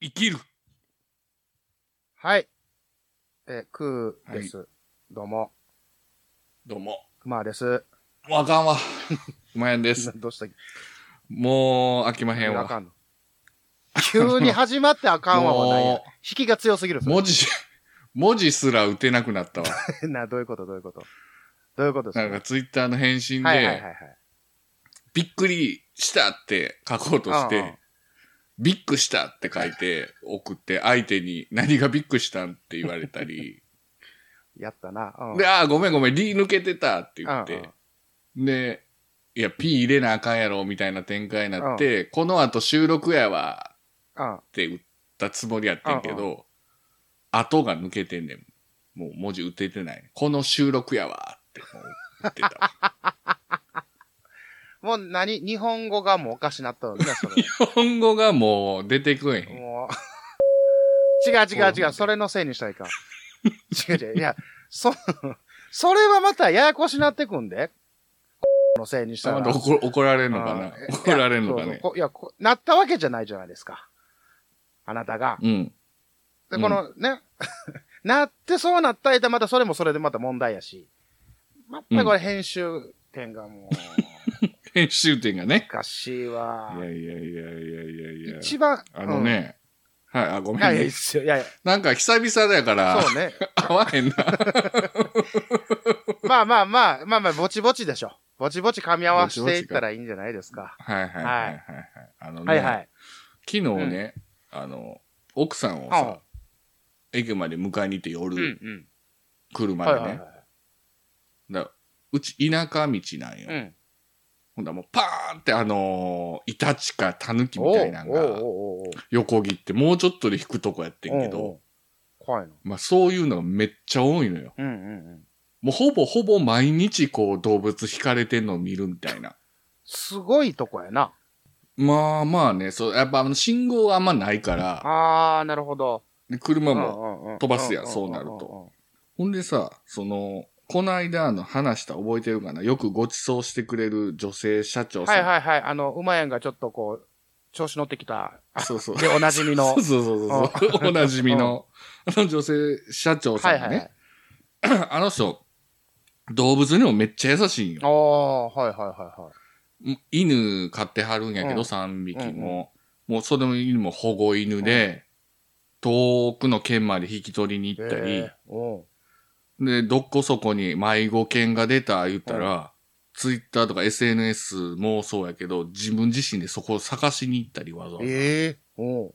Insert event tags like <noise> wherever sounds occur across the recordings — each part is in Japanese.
生きる。はい。えー、クーです。どうも、どうも。クマです。 <laughs> もうあかんわ。うまへんです。どうしたもう、飽きまへんあわ。かんの急に始まってあかんわはないやもう。引きが強すぎる。それ文字、文字すら打てなくなったわ。 <laughs> な、どういうことどういうことどういうことですなんかツイッターの返信はいはいはいで、はい。びっくりしたって書こうとしうんうんて、ビックしたって書いて送って、相手に何がビックしたんって言われたり、やったな。うんで、ああ、ごめんごめん、リ抜けてたって言っうんて、で、いや、P 入れなあかんやろ、みたいな展開になって、この後収録やわ、うん。うんって打ったつもりやってんけど、後が抜けてんねん。もう文字打ててない、この収録やわってもう打ってた <laughs> わ。もう何日本語がもうおかしなったのね、 <laughs> それ。日本語がもう出てくれへん。もう。違 <laughs> う違う違う。それのせいにしたらいかん。違う違う。いや、そ、 <laughs> それはまたややこしなってくんで。 <laughs> のせいにしたまら。だ怒怒られるのかあなー怒られるのかいやねそうそうこいやこなったわけじゃないじゃないですか。あなたが。うん。で、うんこのね、 <laughs> なってそうなった間、またそれもそれでまた問題やし。またこれ編集点がもう、編集点がねお。かしいわい。やいやいやいやいやいや。一番、あのね、はい、あ、ごうめん。んいやいや、いねいっ。すよ。いやいなんか久々だかや、ら、そうね。合わへんな。まあまあまあ、まあまあ、ぼちぼちでしょ。ぼちぼち噛み合わせていったらいいんじゃないですか。はいはいはいはいはい。あのね、はいはい。昨日ね、あの、奥さんをさ、駅まで迎えに行って夜、うんうん。車はいでね、はいはだうち田舎道なんよ。い。うん。ほんだらもうパーンってあのー、イタチかタヌキみたいなのおうおうおがうおう横切ってもうちょっとで引くとこやってんけど、おうおう怖いの。まあそういうのがめっちゃ多いのよ。うんうんうん。もうほぼほぼ毎日こう動物引かれてんのを見るみたいな。すごいとこやな。まあまあね、そう、やっぱあの信号があんまないから、あー、なるほど。で車も。も飛ばすやんそうなると。ほんでさ、その、この間の話した覚えてるかなよくご馳走してくれる女性社長さん。はいはいはい。あの、馬やんがちょっとこう、調子乗ってきた。そうそう。で、おなじみの <laughs> そう。そうそう <laughs> そう。おなじみの、あの女性社長さはんいはがいね、はい。あの人、動物にもめっちゃ優しいんよ。おー、はいはいはいはい。犬飼ってはるんやけうんど、3匹も。もうそれも犬も保護犬で、遠くの県まで引き取りに行ったり、えーおうで、どっこそこに迷子犬が出た言ったら、ツイッターとか SNS もそうやけど、自分自身でそこを探しに行ったりわざわざ。えー、おう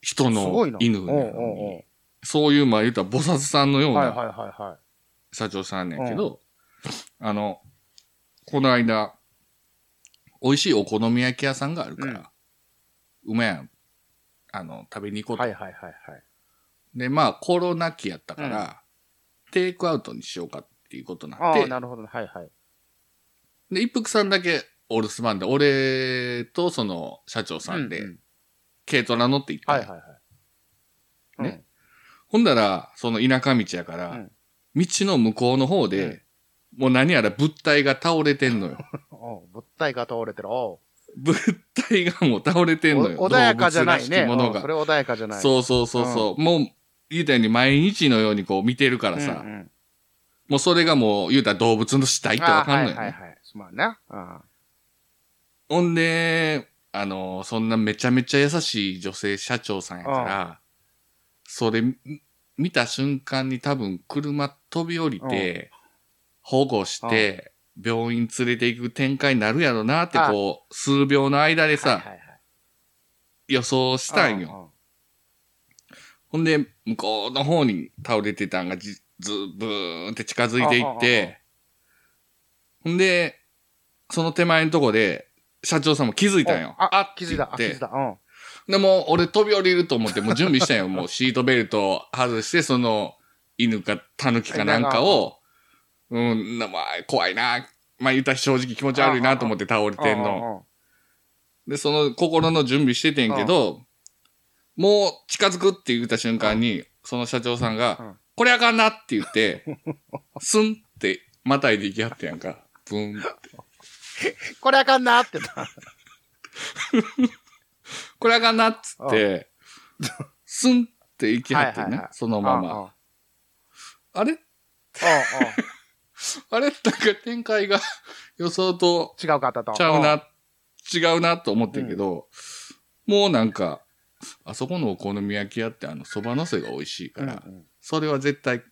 人すごいのな。犬なおうのおうおに。そういう、まあ言ったら菩薩さんのよううな、はいはいはいは社長さんやねんけど、あの、この間、美味しいお好み焼き屋さんがあるから、うまやん、あの、食べに行こうい。と。はいはいはいはい。で、まあ、コロナ期やったから、テイクアウトにしようかっていうことになあっー、て、なるほどね。はいはい。で、一服さんだけお留守番で、俺とその社長さんで、うう軽トラ乗って行ったの、はいはいはい。ねほんだら、その田舎道やから、うん道の向こうの方で、もう何やら物体が倒れてんのよ。うん。おう物体が倒れてる。おう物体がもう倒れてんのよ。お穏やかじゃない動物らしきね。ものうんがそれ穏やかじゃない。そうそうそうそう。もう、言うたように毎日のようにこう見てるからさ、うんうんもうそれがもう言うたら動物の死体ってわかんのよ、ねあーはいはいはい。すまんな。うんほんで、あの、そんなめちゃめちゃ優しい女性社長さんやから、それみ見た瞬間に多分車飛び降りて、保護して、病院連れて行く展開になるやろなってこう、数秒の間ではいはさ、いはい予想したんよ。。ほんで、向こうの方に倒れてたんがじ、ず、ブーンって近づいていっあああて、ほんで、その手前のとこで、社長さんも気づいたんよ。あ、っあて気言づいた。あ、っ気づいて。た。うん。でも、俺飛び降りると思って、もう準備したんよ。もうシートベルトを外して、その、犬か、狸かなんかを、うん、なまあ、怖いな。まあ言ったら正直気持ち悪いなと思って倒れてんの。の。で、その心の準備しててんけど、もう近づくって言った瞬間に、その社長さんが、うんこれあかんなって言 <laughs> って、スンってまたいで行きはってやんか。ブン。こ <laughs> れあかんなってな。これあかんなっつって、スンって行きはってはいはいはねい、そのまま。ああれああああれなんか展開が <laughs> 予想と違うかったと。ちゃうあな、違うなと思ってるけど、もうなんか、あそこのお好み焼き屋ってあの、蕎麦のせが美味しいあ。から、うんうんそれは絶対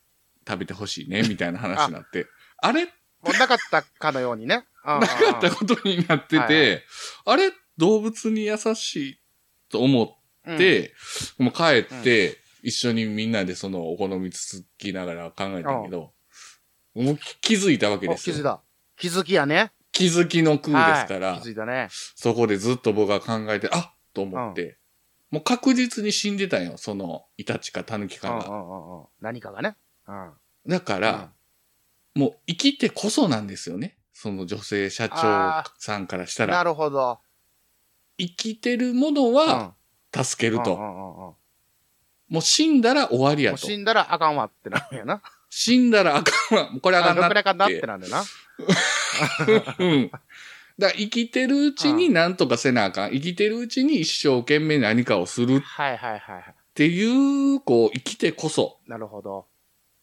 食べてほしい <laughs> ね、みたいな話になって、あれもうなかったかのようにね。ななかったことになってはいて、あれ動物に優しいと思っ、て、もう帰って、一緒にみんなでそのお好みつつきながら考えたけど、もう気づいたわけうんおです気づいよ。た。気づきやね。気づきの空ですから、はい気づいたね。そこでずっと僕は考えて、あっと思って、もう確実に死んでたんよ、その、イタチかタヌキうかんうが。んうんうん。何かがね。うん。だから、もう生きてこそなんですよね。その女性社長さんからしたなら、るほど。生きてるものうんは助けるうと。んうんうんうんももう死んだら終わりやうと。死んだらあかんわってなるんやな。死んだらあかん <laughs> わ。もうこれああかかんなって。んなってなんだよな。うん。だから生きてるうちに何とかせなあかん。生きてるうちに一生懸命何かをするっはいはいはいはい。ていう、こう、生きてこそなるほど。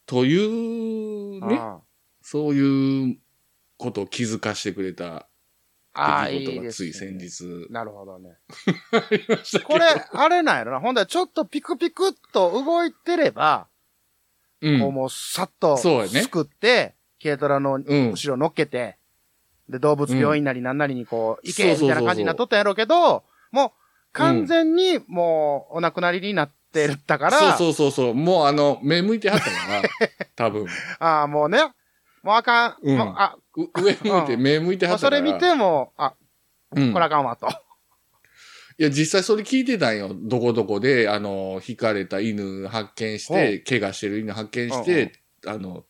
といううんね、そういうことを気づかしてくれたああ、出い来い事でがすつねい先日なるほどね。ありましたけど。これ、あれなんやろな。ほんだらちょっとピクピクっと動いてれば、う、こうんもうさっとそうやねすくって、軽トラのうん。後ろ乗っけて、で、動物病院なりなんなりにこう、行けみたいな感じになっとったんやろうけど、もう、完全にもう、お亡くなりになってるったから、そうそうそうそう。もうあの、目向いてはった <laughs> から、多分。ああ、もうね、もうあかん、うんもうあ、う上向いて、うん目向いてもはっうたそから。れ見ても、あ、うんこれあかんわと。いや、実際それ聞いてたんよ。どこどこで、あの、惹かれた犬発見して、怪我してる犬発見して、あの、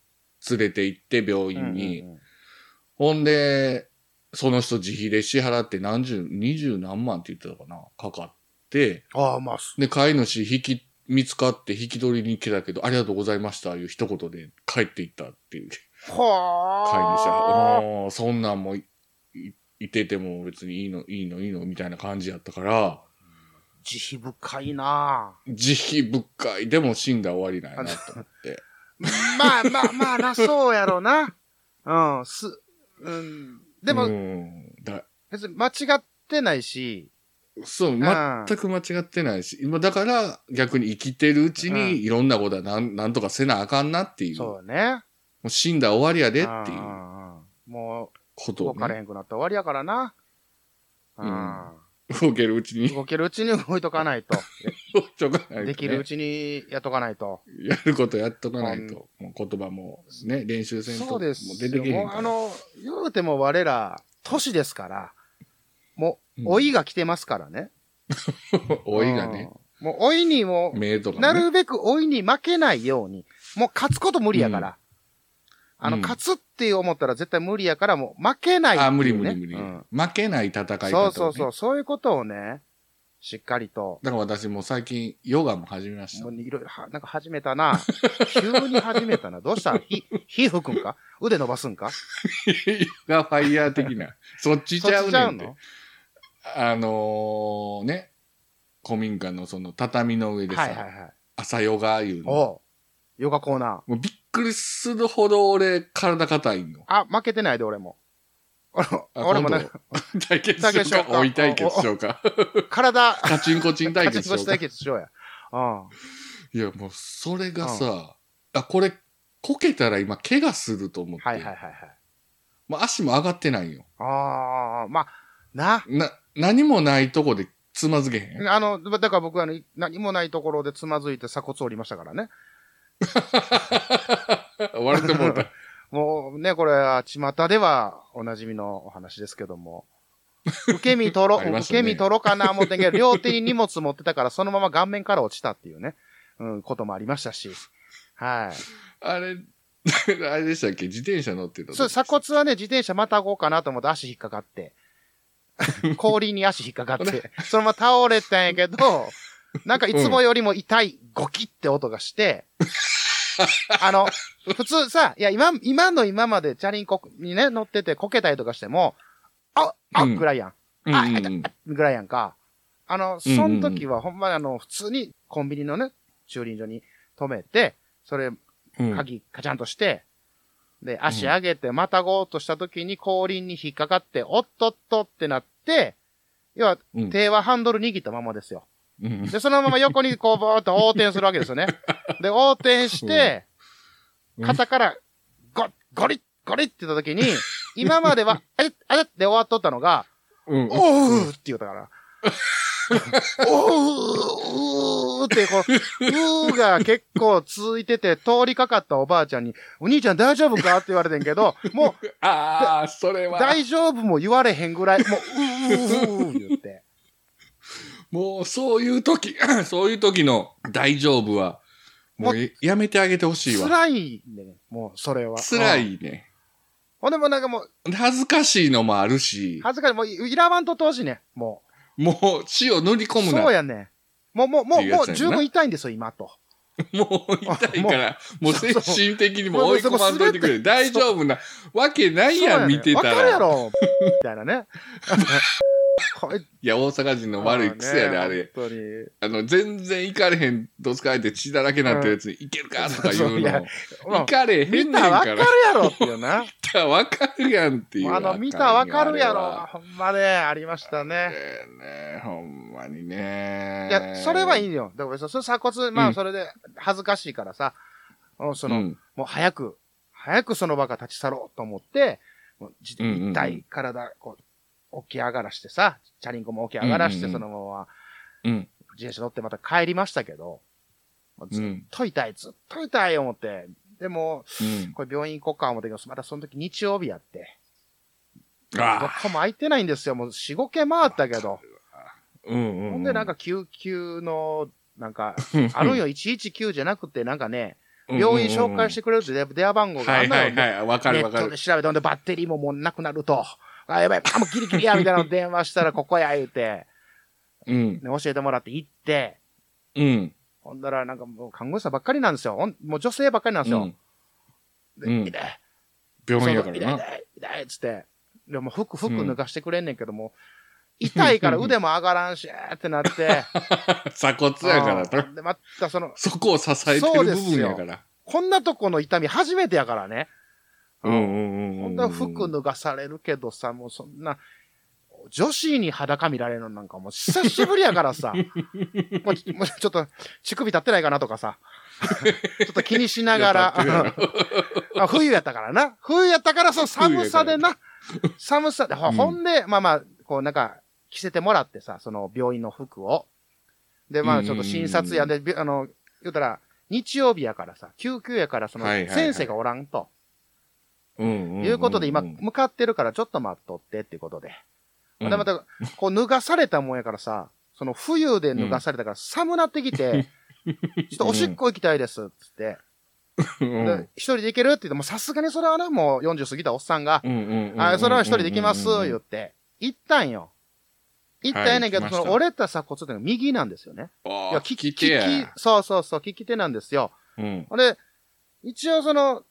連れて行って病院に。うんうんうんほんで、その人自費で支払って何十、二十何万って言ってたかなかかって、ああ、まあ、すで、飼い主引き、見つかって引き取りに来たけど、ありがとうございました、いう一言で帰っていったっていうほ飼い主ー。は、おーそんなんもい、いいてても別にいいの、いいの、いいの、みたいな感じやったから、慈悲深いな慈悲深い。でも死んだら終わりないなと思って。まあまあまあな、そうやろうな。うん、す、うん。 <laughs> でうも、んだ別に間違ってないし、そう、ん全く間違ってないし、今だから逆に生きてるうちうんにいろんなことはなんなんとかせなあかんなっていう、もそうね。う死んだら終わりやでえっていうもこう、と動を、かれね、へんくなったら終わりやからな。うん。動けるうちに動けるうちに動いとか <laughs> ないと。動いとかないとねできるうちにやっとかないと。やることやっとかないと、もう言葉もね、練習せんとそうですもよ。う出てけへんもうかあら。の、言うても我ら、都市ですから、もうんう、老いが来てますからね。 <laughs> 老いがね、うん。もう、老いにも、目とかなね。るべく老いに負けないように、もう勝つこと無理やから。あの、うん勝つって思ったら絶対無理やから、もう負けないっていう、ね。あ、無理無理無理。うん負けない戦い方、ね。そうそうそう、そういうことをね、しっかりと、だから私も最近ヨガも始めましたも。ういろいろ、はなんか始めた <laughs> な。急に始めたな。どうしたひ、ひふくんか腕伸ばすんかがファイヤー的 <laughs> な。そっちちゃそっうちちねゃうんっての。あのーね、古民家のその畳の上でさ、はいはいはい。朝ヨガいうの。おうヨガコーナー。もうびっくりするほど俺体硬いの。あ、負けてないで、俺も。俺も、あ俺もね、今度対決しようか。対決しようかおい対決しようか。体、カチンコチン対勝決しよち星うか対。決しようや。うん。いやもうそれがさ、あ、これ、こけたら今怪我すると思って。はいはいはいはい。もう足も上がってないよ。ああ、まあ、な。な、何もないとこでつまずけへん。あの、だから僕はあの何もないところでつまずいて鎖骨折りましたからね。笑っても <laughs> うた。もうね、これは巷ではおなじみのお話ですけ <laughs> ども。受け身取ろ、ありま受したねけ身取ろかな思ってんけど、両手に荷物持ってたからそのまま顔面から落ちたっていうね、うん、こともありましたし。はい。あれ、あれでしたっけ自転車乗ってた時そう、鎖骨はね、自転車またごうかなと思って足引っかかって。氷に足引っかかって、そのまま倒れたんやけど、なんかいつもよりも痛い、ゴキって音がして、あの、普通さ、いや、今、今の今までチャリンコにね、乗っててこけたりとかしても、あ、あ、うんぐらいやん。うんうんうんぐらいやんか。あの、その時はほんまにあの、普通にコンビニのね、駐輪場に止めて、それ、うん鍵カチャンとして、で、足上げてまたごうとした時に後輪に引っかかって、おっとっとってなって、要はうん手はハンドル握ったままですよ。うんで、そのまま横にこう、ぼーっと横転するわ <laughs> けですよね。で、横転して、うん肩から、ゴッ、ゴリッ、ゴリッって言った時に、今までは、あれ、あれって終わっとったのが、うんおうーって言うたから。 <laughs> おうーうーってこう、うーが結構続いてて、通りかかったおばあちゃんに、お兄ちゃん大丈夫かって言われてんけど、もうああ、それは、大丈夫も言われへんぐらい、もう、うーうーうー言って。もうそういう時、 <clears throat> そういう時の大丈夫は、ももうえやめてあげてほ <laughs> しいわ。辛いね、もうそれは。辛うん。いね。ほんでもうなんかもう、恥ずかしいのもあるし、恥ずかしい、もういらわんとってほしいね、ももう血を塗りう。込むそうな。やね。もう、もう、もっう、ていうやつやもうんな十分痛いんですよ、今と。もう痛いから、もうそう精そう神的にももう追い込まんといてくれ。大丈夫なわけないやん、見てたそうやねわかるやら。ろ、みたい <laughs> なね。こいいや、大阪人の悪い癖やで、あれ。。本当に。あの、全然行かれへん、どつかれて血だらけになってるやつに、行けるかとか言そうういやの。行かれへんねん見たらわかかるら。やろっていう <laughs> な。見たわかるやんっていう。あの、見たらわかるやあれはろ。ほんまね、ありましたね。ええね、ほんまにね。いや、それはいい。いよ。だから別にそれ鎖骨、まうあんそれで恥ずかしいからさ、うんそうの、ん。もう早く、早くその場から立ち去ろうと思って、もうじうんうんうん痛い体、こう、起き上がらしてさ、チャリンコも起き上がらうんうしんて、うんそのままうん。自転車乗ってまた帰りましたけど、もううずっん。と痛い、ずっと痛い思って、でも、うん。これ病院行こうか思ったけど、またその時日曜日やって、どああ。こも空いてないんですよ。もう4、5軒回ったけど。うんうんう。ほんでなんか救急の、なんか、うんうん、あるんよ、119じゃなくて、なんかね、病院紹介してくれるってで電話番号があはんいなのはよいはい。わかネるわッかトるで。調べて、ほんでバッテリーももうなくなると。あ、やばい、あ、もうギリギ <laughs> リや、みたいなの電話したら、ここや、言うて、うん。ね教えてもらって行って、うん。ほんだら、なんかもう看護師さんばっかりなんですよ。ほんもう女性ばっかりなんですうよん。でうん痛い、病院やそかうそう痛いらな。痛い痛いっつって。でも服、服脱がしてくれんねんけども、痛いから腕も上がらんし、えーって <laughs> なって。鎖骨やからう。なんで、またその、そこを支えてる部分やから。こんなとこの痛み初めてやからね。うんうんうん。こんな服脱がされるけどさ、もうそんな、女子に裸見られるのなんかもう久しぶりやか <laughs> らさ、もうちもうちょっと乳首立ってないかなとか <laughs> さ、ちょっと気にしながら、いや立ってるあ冬やったからな。冬やったから、その寒さでな。寒さで、ほうんほんで、まあまあ、こうなんか、着せてもらってさ、その病院の服を。で、まうあんちょっと診察やで、びあの、言うたら、日曜日やからさ、救急やから、その、はいはいはい先生がおらんと。うんんんんいうことで、今、向かってるから、ちょっと待っとってっていうことで。うんまたまた、こう、脱がされたもんやからさ、その冬で脱がされたから、寒なって <laughs> きて、ちょっとおしっこ行きたいです、つって。うんで一人で行けるって言っても、さすがにそれはね、もう40過ぎたおっさんが、うんうんうんうんあ、それは一人で行きます、うんうん言って。行ったんよ。行ったんやねんけど、はい行きましそたの折れた鎖骨っていうのが右なんですよね。あいーや、聞きてや。利きそうそうそう、利き手なんですよ。うん。ほんで、一応その、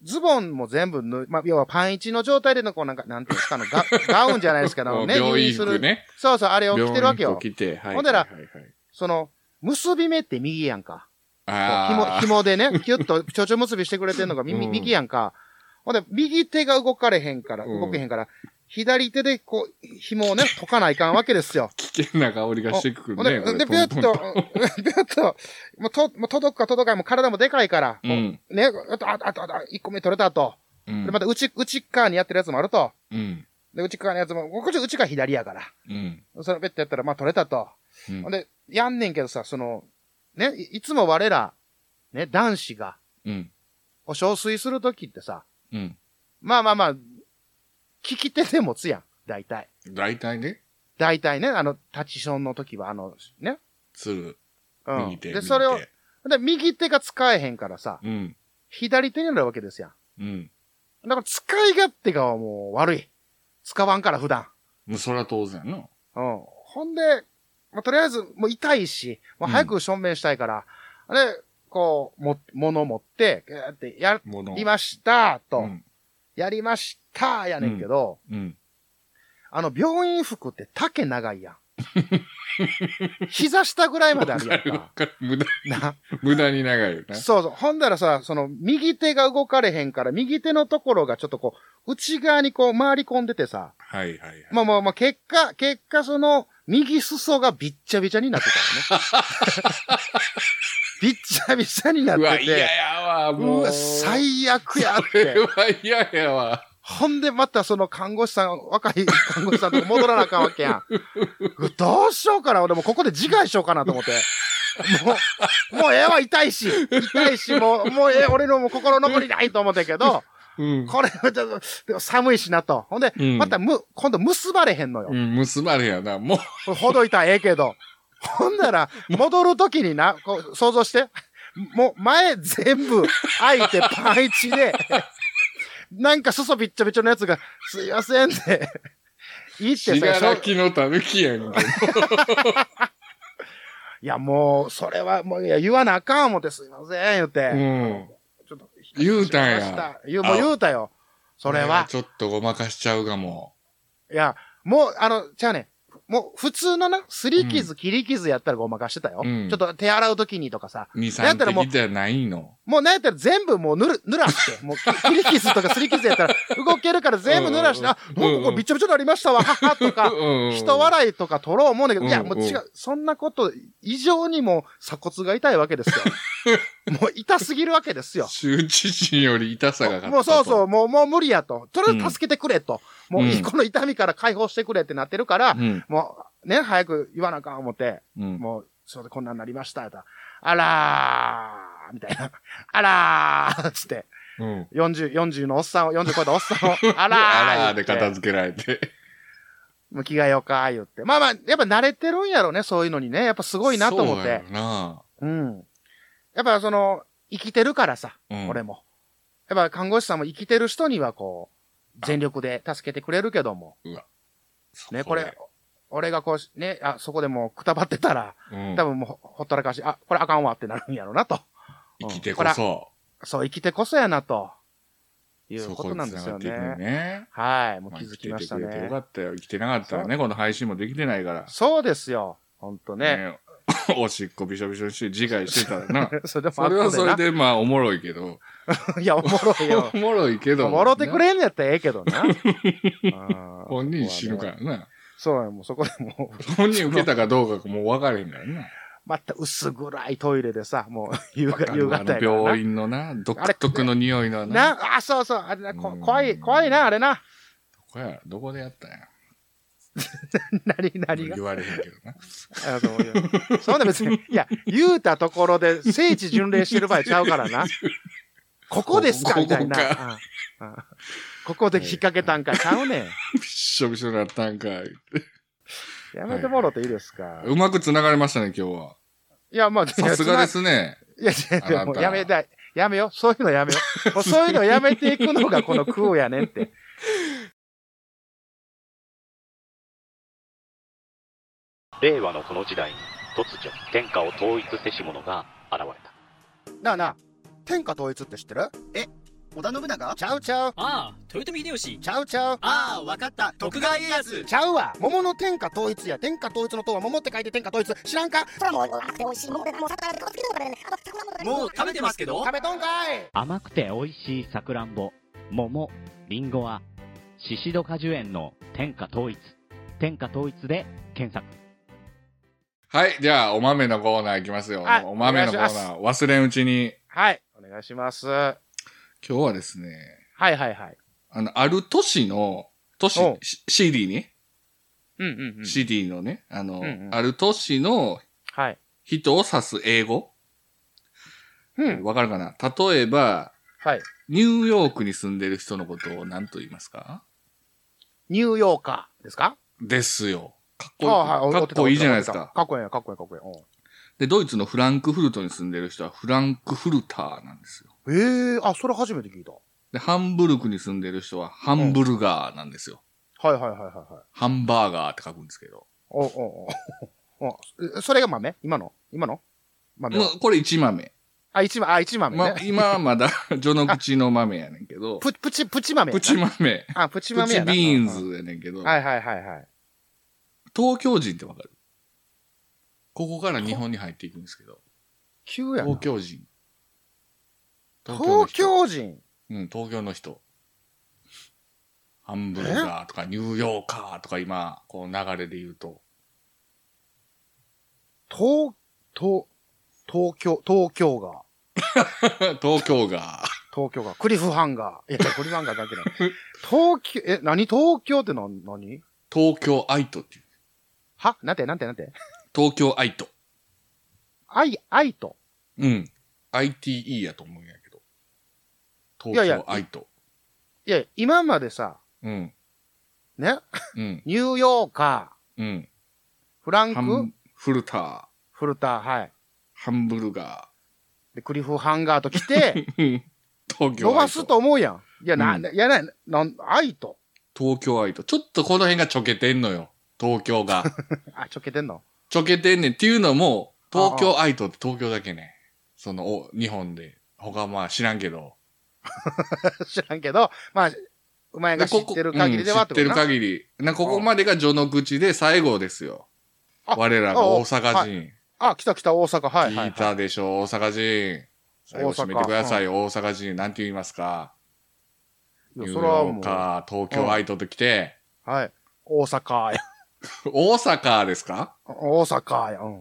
ズボンも全部脱い、まあ、要はパンイチの状態での、こうなんか、なんていうんですか、あのガ <laughs> ガウンじゃないですけど、ね、病入院院す服る。ね。そうそう、あれを着てるわけよ病。院服着て。はいほんだらはいはいはいその、結び目って右やんか。こう紐、あー紐でね、 <laughs> キュッと、ちょうちょ結びしてくれてんのが右うん右やんか。ほんで、右手が動かれへんから、うん動けへんから、左手でこう、紐をね、解かないかんわ <laughs> けですよ。危険な香りがしてくるほんね。で、これで、ビュッと、 <laughs> ビュッと、もうと、もう届くか届かない、もう体もでかいから、うこん。うね、あと、あと、あと、あと一個目取れたと。うんで、また内、内っ側にやってるやつもあると。うん。で、内っ側のやつも、こっち内側左やから。うん。そのベッてやったら、まあ取れたと。うんほんで、やんねんけどさ、その、ね、いいつも我ら、ね、男子が、うん。お憔悴するときってさ、うん。まあまあまあ、聞き手で持つやん。大体。大体ね、大体ね、あの、立ちションの時は、あの、ね。する。う右ん。手。で、右手それを、で、右手が使えへんからさ、うん。左手になるわけですやん。うん。だから使い勝手がもう悪い。使わんから、普段。もうそれは当然の。うん。ほんで、まあ、とりあえず、もう痛いし、もう早く正面したいから、あれ、こう、も、物持って、ぐーって、やもの。りました、と、うん。やりました、やねんけど、うん。あの、病院服って丈長いやん。膝下ぐらいまであるやわんかるわかか。る <laughs> 無駄、な。無駄に長いよな。そうそう。ほんだらさ、その、右手が動かれへんから、右手のところがちょっとこう、内側にこう回り込んでてさ、はいはいはい。まあまあまあ、結果、結果その、右裾がびっちゃびちゃになってたよね。 <laughs> びっちゃびちゃになっうわ、て嫌て、やわ、うもう。わ、最悪やっこれて。は嫌やわ。ほんでまたその看護師さん、若い看護師さんとこ戻らなあかんわ <laughs> けやん。うわどうしようかな、俺もうここで自害しようかなと思って。もう、もうええわ、痛いし、痛いし、もう、もうええ、俺のもう心残りないと思ったけど、うん。これはちょっと、でも寒いしなと。ほんで、うんまたむ、今度結ばれへんのよう。ん、結ばれやな。もう、ほどいたらええけど。ほんなら、戻るときにな、こう、想像して。もう、前全部開いてパンイチで、なんか裾びっちょびちょのやつが、すいませんって、いいって死さ、しょ柄う木のたぬきやんけ。いやもう、それはもう、いや、言わなあかん思って、すいません、言うて。うん。ちょっと、言うたんやしました言う、もう言うたよ。それは。ちょっとごまかしちゃうがも。いや、もう、あの、じゃあね、もう、普通のな、すり傷、切り傷やったらごまかしてたよ。うんちょっと手洗うときにとかさ、二や三ったらもう滴じゃないの。もうなんやったら全部もうぬる、濡らして、もうき切り傷とかすり傷やったら動けるから全部濡らして、うんあ、もうこれびちょびちょになりましたわ、ははとか、人は笑いとか取ろう思うんだけど、いや、うんもう違う、そんなこと以上にもう鎖骨が痛いわけですよ。 <laughs> もう痛すぎるわけですよ。周知心より痛さが勝ったともうそうそう、。もう、もう無理やと。とりあえず助けてくれと。もういいうんこの痛みから解放してくれってなってるから、うん。もう、ね、早く言わなあかん思って、うん。もう、すいません、こんなんなりました、言うたらあらーみたいな。あらーつって、うん。 40、40のおっさんを、40超えたおっさん <laughs> を、あらーあらーで言って片付けられて。もう着替えようか、言って。まあまあ、やっぱ慣れてるんやろね、そういうのにね。やっぱすごいなと思っそうやてろ。な。うん。やっぱその、生きてるからさ、うん俺も。やっぱ看護師さんも生きてる人にはこう、全力で助けてくれるけども。ね、これ。、俺がこう、ね、あ、そこでもうくたばってたら、うん多分もうほったらかし、あ、これあかんわってなるんやろなと。生きてこそ。そう、生きてこそやなと。いそうことなんですこよに繋がっていくね。ね。はい、もうまあ気づきました生きててくれてよねか。ったよ。生きてなかったらね、この配信もできてないから。そうですよ。ほんとね。ね。 <laughs> おしっこびしょびしょにして自害してたらな。 <laughs> それでもそれはそれ後ででまあおもろいけど。な。いや、おもろいよ。 <laughs> おもろいけど。笑ってくれんのやったらええけどな。うん <laughs> 本人死ぬか。ここはねらな。そうや、もうそこでもう、本人受けたかどうかもう分からへんから <laughs> な。また薄暗いトイレでさ、もう夕あ方夕の方やからな。病院のな、独特の匂いのな。な、あ、そうそう、あれな、こうん怖い、怖いな、あれな。どこや、どこでやったんや。何、何が言。われへんけどな。あそういうそんな別に、いや、言うたところで聖地巡礼してる場合ちゃうから <laughs> な。ここですかここみたいな。ここうんうんここで引っ掛けたんかちゃうねん。びっしょびしょになったんかい。やめてもろていいですか。うまく繋がれましたね、今日は。いや、まあ、さすがですね。いや、違う違あなう、たもうやめたい。やめよう。そういうのやめよう。もうそういうのやめていくのがこの空やねんって。令和のこの時代に突如天下を統一せし者が現れたなあなあ、天下統一って知ってる織田信長ちゃうちゃう。ああ豊臣秀吉ちゃうちゃう。ああわかった徳川家康ちゃうわ。桃の天下統一や。天下統一の塔は桃って書いて天下統一。知らんかそれはもう甘くて美味しいものでもう魚でこつけたからねあと桜ももう食べてますけど食べとんかい甘くて美味しいさくらんぼ、桃、りんごは、シシド果樹園の天下統一。天下統一で検索。はい、じゃあ、お豆のコーナーいきますよはい。お豆のコーナお願いー、忘れんうちに。はい。お願いします。は今日はですね、いはいはい。あの、ある都市の、都市おう、シ CD ね。うんうんうん。 CD のね、あのうんう、んある都市のはい。人を指す英語。うん。わかるかな例えば、はい。ニューヨークに住んでる人のことを何と言いますかニューヨーカーですかですよ。かっこいい。ああはいかっこいいじゃないです。踊ってかた。かっこいいよかっこいいかっこいいうん。で、ドイツのフランクフルトに住んでる人はフランクフルターなんですよ。ええあ、それ初めて聞いた。で、ハンブルクに住んでる人はハンブルガーなんですよ。はいはいはいはいはい。ハンバーガーって書くんですけど。おおおおえそれが豆今の今の豆はもうこれ1豆。あ、一豆、あ、一豆ね。ま、今はまだ <laughs> 序の口の豆やねんけど、ププチ、プチ豆やな。プチ豆。あ、プチプ豆チやな。ビーンズやねんけど、はいはいはいはい。東京人ってわかるここから日本に入っていくんですけど、急やな東。京人。の東人京人。うん、東京の人。ハンブルガーとかニューヨーカーとか今、この流れで言うと。 <laughs> 東、東、東京、東京が、東京が。東京が、クリフハンガー。いや、クリフハンガーだけだ。 <laughs> 東京、え、何東京ってな、何東京アイトっていう。はなんて、なんて、なんて。東京アイト。アイ、アイと。うん。ITE やと思うんやけど。いやいや東京アイト。いや、今までさ、うん。ね、うん。ニューヨーカうん。ー、フランハク、ン、フルター、フルター、はい。ハンブルガで、クリフハンガーと <laughs> 来て、ー。うん東京アイト。伸ばすと思うやん。いや、な、うんいやない、なん、アイと。東京アイト。ちょっとこの辺がちょけてんのよ。東京 <laughs> が。あ、ちょけてんの <laughs> ちょけてんねんっていうのも、東京アイトって東京だけね。その、お日本で。他まあ知らんけど。知らんけど、まあ、お前が知ってる限りではうんって知ってことるな。限り。な、ここまでが序の口で最後ですよ。あ我らが大阪人。ああ、来た来た、大阪、はい。は聞いいたでしょ、大阪人。最後締めてください、大阪人。なんて言いますか。いニいュやーそれはヨもーう、カー、東京アイトと来て、はい。大阪や。大阪ですか大阪や。うん。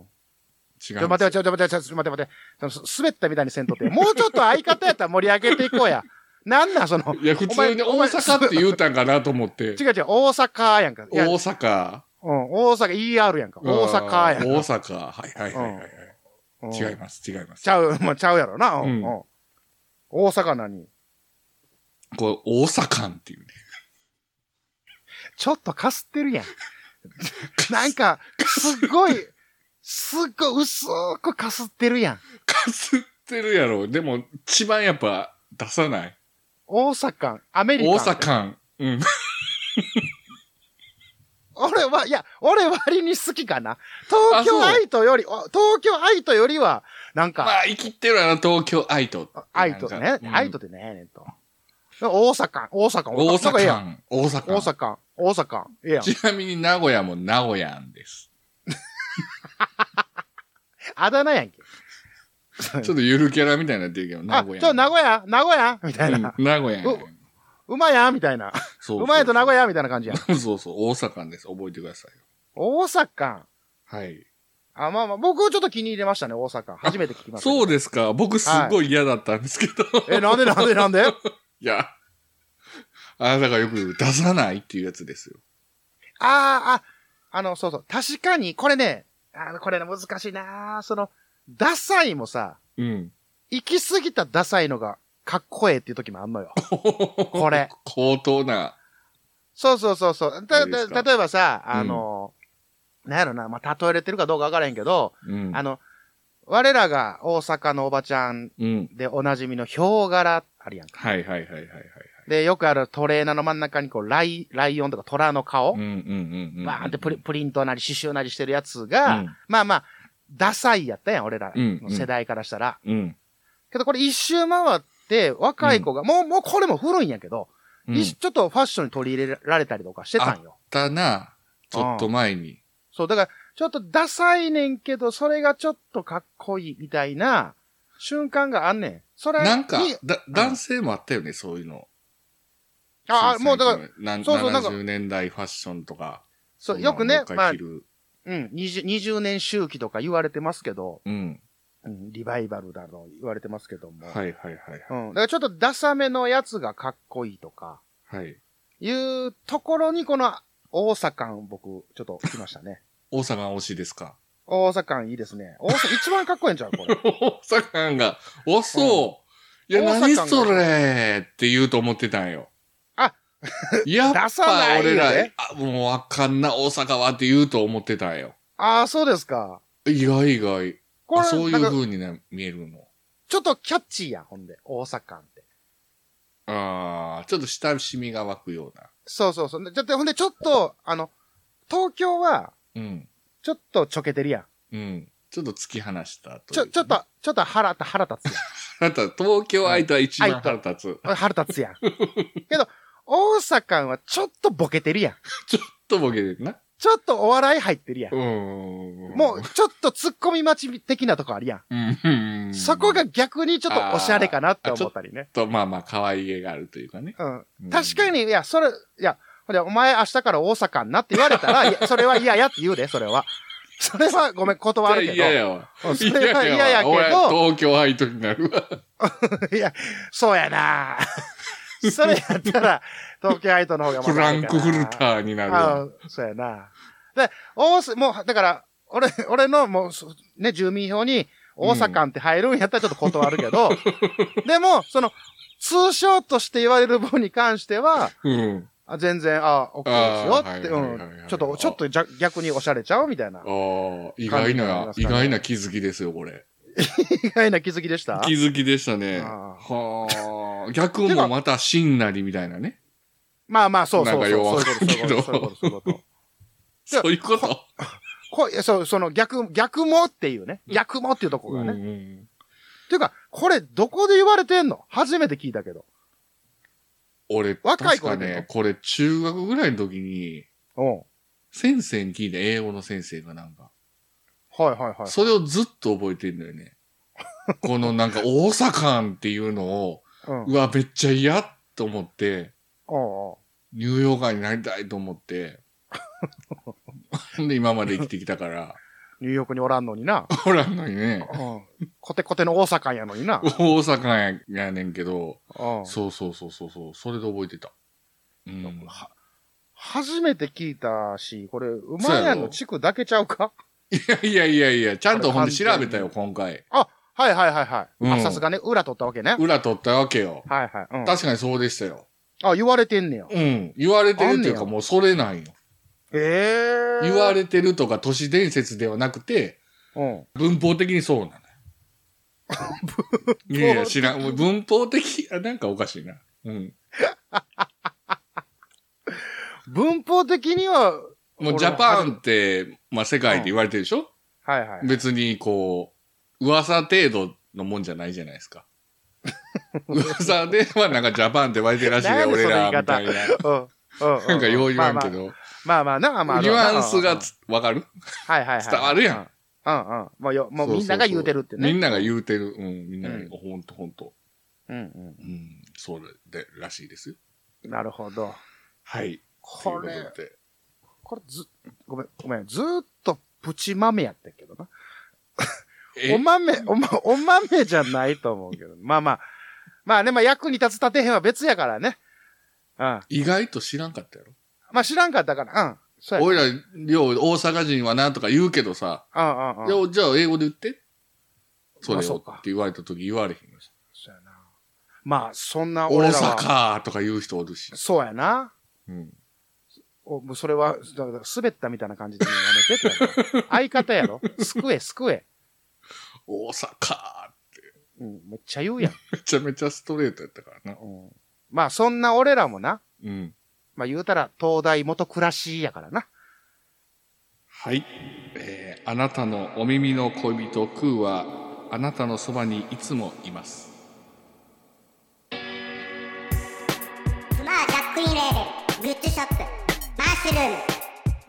違ちうょ、んです待てよ、ちょ、待てよ、ちょ、待てよ、待てよ。そのす滑ったみたいにせんとって。もうちょっと相方やったら盛り上げていこうや。 <laughs> なんなん、その。いや、普通にお大前阪って言うたんかなと思って <laughs> 違。う違う、大阪やんか。いや、うん大、阪。大阪、ER やんか。大阪やうんかん。大阪。はいはいはいはい。うん違います、違います。ちゃう、まあ、ちゃうやろな。うん。うんうん大阪何これ、大阪っていうね。ちょっとかすってるやん。なんか、すっごい、すっごい薄くかすってるやん。かすってるやろ。でも、一番やっぱ出さない。大阪、アメリカン。大。阪。うん。俺は、いや、俺割に好きかな。東京アイトより、お東京アイトよりは、なん <laughs> か、まあ、生きてるやろ、東京愛と。アイトなねんかう。んアイトってねえねんと。大阪、大阪、大なんかええやん阪。大阪。大阪、大阪、ええやん。ちなみに名古屋も名古屋んです。あだ名やんけ。ちょっとゆるキャラみたいになってるけど、名あ、古屋。ちょ、名古屋、名古屋みたいな。うん名古屋やん。ううまやみたいな。そうまいと名古屋。屋みたいな感じやん。 <laughs> そうそう、大阪です。覚えてくださいよ。大阪。はい。あ、まあまあ、僕ちょっと気に入れましたね、大阪。初めて聞きました。そうですか。僕すっごい嫌だったんですけど。え、なんでなんでなんで <laughs> いや、あなたがよく出さないっていうやつですよ。ああ、あ、あの、そうそう。確かに、これね、あの、これね、難しいなあその、ダサいもさ、うん。行き過ぎたダサいのが、かっこええっていう時もあんのよ。これ。高等な。そうそうそう <laughs> そう。あた、れですかた、例えばさ、あの、なんやろな、まあ、例えれてるかどうかわからへんけど、うんあ。の、我らが大阪のおばちゃんうん。でおなじみのヒョウ柄あるやんか。はいはいはいはいはいはい。で、よくあるトレーナーの真ん中にこう、ライ、ライオンとか虎の顔、うんうんうんうん。バーンってプリプリントなり刺繍なりしてるやつうが、ん。まあまあ、ダサいやったやん、俺らの世代からしたら。うん。けどこれ一周回って、若い子が、もう、もうこれも古いんやけど、う一ん。ちょっとファッションに取り入れられたりとかしてたんよ。だな、ちょっと前に。そう、だから、ちょっとダサいねんけど、それがちょっとかっこいいみたいな瞬間があんねん。それになんか、だ、男性もあったよね、そういうの。ああ、もうだから、ら、そうそうなんか70年代ファッションとか。そんう、なのよくねもう、一まあ回着、るうん、20, 20年周期とか言われてますけど、うん。うん、リバイバルだろう、言われてますけども。はいはいはいうん。だからちょっとダサめのやつがかっこいいとか、はい。はい。いうところに、この大阪僕、ちょっと来ましたね。 <laughs> 大阪推しですか大阪いいですね。大阪、一番かっこいいんちゃ <laughs> うこれ。大阪が、お、そう。いや、大阪が何それって言うと思ってたんよ。あ <laughs> やっ出さなぱいよね俺ら、あもうあかんな、大阪はって言うと思ってたんよ。ああ、そうですか。意外意外。こあそういれ、なうんか、風にね、見えるの。ちょっとキャッチーやん、ほんで。大阪って。ああ、ちょっと親しみが湧くような。そうそうそう。でちょっと、ほんで、ちょっと、あの、東京は、うん。ちょっとちょけてるやん。うん。ちょっと突き放したとちいうょ、ちょっと、ちょっと腹立つ、腹立つあなた、東京愛とは一番腹立つ。やん。腹立つや <laughs> ん。けど、大阪はちょっとボケてるやん。ちょっとボケてるな。ちょっとお笑い入ってるやん。うん。もう、ちょっと突っ込み待ち的なとこあるや。うん、うんん。そこが逆にちょっとおしゃれかなって思ったりね。と、まあまあ、可愛げがあるというかね。うん。うん確かに、いや、それ、いや、ほんでお前明日から大阪になって言われたら、 <laughs> いやそれは嫌やって言うで、それは。それはごめん、断るけど。いやいやわ。うんそれはい嫌やけど俺東京入いときになる <laughs> わ。いや、そう <laughs> やなそれやったら、東京アイドルの方がフランクフルーターになるわ。ああそうやなで、大阪、もう、だから、俺、俺の、もう、そね、住民票に、大阪って入るんやったらちょっと断る <laughs> けど、でも、その、通称として言われる分に関しては、うん。あ全然、あ、OK ですよあーって、はいはいはいはいうん。ちょっと、ちょっとじゃ逆におしゃれちゃうみたいなあ。あ、意外な、意外な気づきですよ、これ。意外な気づきでした気づきでしたね。あはあ。逆もまた、しんなりみたいなね。まあまあ、そうそうそう。なんかようわからんそういうことそういうことそういうことそういうそういうここと。てかと。こういやそう、その逆、逆もっていうね。逆もっていうとこがね。うっんうんていうか、これどこで言われてんの初めて聞いたけど。俺、若い確頃かでもね、これ中学ぐらいの時に、うん。は先生に聞いて、英語の先生がなんか、いはいはい。それをずっと覚えてんだよね。このなんか、大阪っていうのを、うん。うんうわ、めっちゃ嫌と思って、うん。ニューヨーカーになりたいと思って、 <laughs> で、今まで生きてきたから、ニューヨークにおらんのにな。おらんのにね、うん。コテコテの大阪やのにな大。阪やねんけど、うん。そうそうそうそうそう、それで覚えてた。うん。は初めて聞いたし、これ、馬そうや屋ろの地区だけちゃうかいやいやいやいや、ちゃんとほんで調べたよ、こ今回。はいはいはいはい。うあ、んさすがね、裏取ったわけね。裏取ったわけよ。はいはい。うん。確かにそうでしたよ。あ、言われてんねや。うん。言われてるっていうあんねやか、もうそれなんよ。ええ。言われてるとか、都市伝説ではなくて、うん。文法的にそうなのよ。いやいや、知らん。もう文法的、あ、なんかおかしいな。うん。文法的には、も俺うもジャパンって、まあ、世界で言われてるでしょ、はいはい。別にこう、噂程度のもんじゃないじゃないですか。 <laughs> 噂ではなんかジャパンって言われてるらしいね、なんで俺その言ら、いみ方たいな。うん。うんうん。なんかよう言わんけまあまあど。まあまあな、まあ。ニュアンスがうんつわかるはいはいはい。伝わるやん。うんうん。うんもうよ、もうみんなが言うてるってね。みんなが言うてる。うん、みんなが言う、ほんとほんと。うんうん、そうで、らしいですよ。うん。なるほど。はい。これということでこれず、ごめん、ごめん。ずーっとプチ豆やったけどな。えお豆、おま、お豆じゃないと思う <laughs> けど。まあまあ。まあね、まあ役に立つ立てへんは別やからね。うん。意外と知らんかったやろまあ知らんかったから。うん。そうや。俺ら、よう、大阪人はなとか言うけどさ、うんうんうん。でじゃあ英語で言って。そまあれそうをかって言われた時言われへんよ。そうやな。まあ、そんな大俺らは。阪とか言う人おるし。そうやな。うん。お、もうそれは、だから滑ったみたいな感じでやめ <laughs> てってやろ相方やろ救え、救え。大阪うん、めっちゃ言うやん。めちゃめちゃストレートやったからな。うん、まあ、そんな俺らもな。うん。まあ、言うたら、東大元暮らしやからな。はい。えー、あなたのお耳の恋人クーは、あなたのそばにいつもいます。まあジャックインレーベルグッズショップマッシュルーム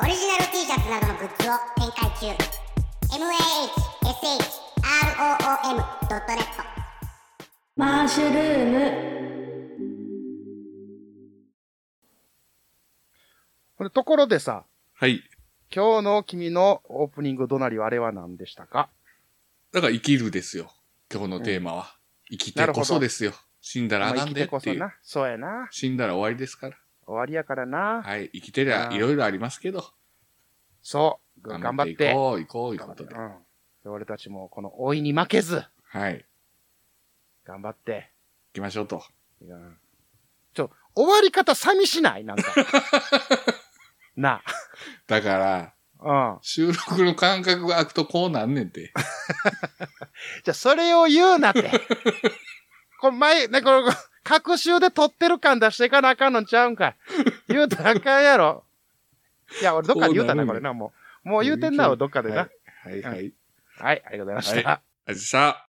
オリジナル T シャツなどのグッズを展開中 mahshroom.net マッシュルームこれところでさ、はい。今日の君のオープニング隣はあれは何でしたかだから生きるですよ。今日のテーマは。生きてこそですよ。死んだらあまかあん生きでてっこてそいう。な。そうやな。死んだら終わりですから。終わりやからな。はい。生きてりゃいろいろありますけど。そう。頑張って。いこう、いこう、いう頑張こって。とうで。ん。で俺たちもこの老いに負けず、はい。行頑張って。きましょうと。いやちょ、終わり方寂しない <laughs> なんか。なだから、あ。うん。収録の間隔が空くとこうなんねんて。じゃあ、それを言うな <laughs> って。これ前、ね、この、各週で撮ってる感出していかなあかんのちゃうんかい。言うたらあかんやろ。いや、俺どっかで言うたな、ここうなれるな、もう。もう言うてんな、どっかではな。い、はい、はい。はい、ありがとうございました。はいあじさあ。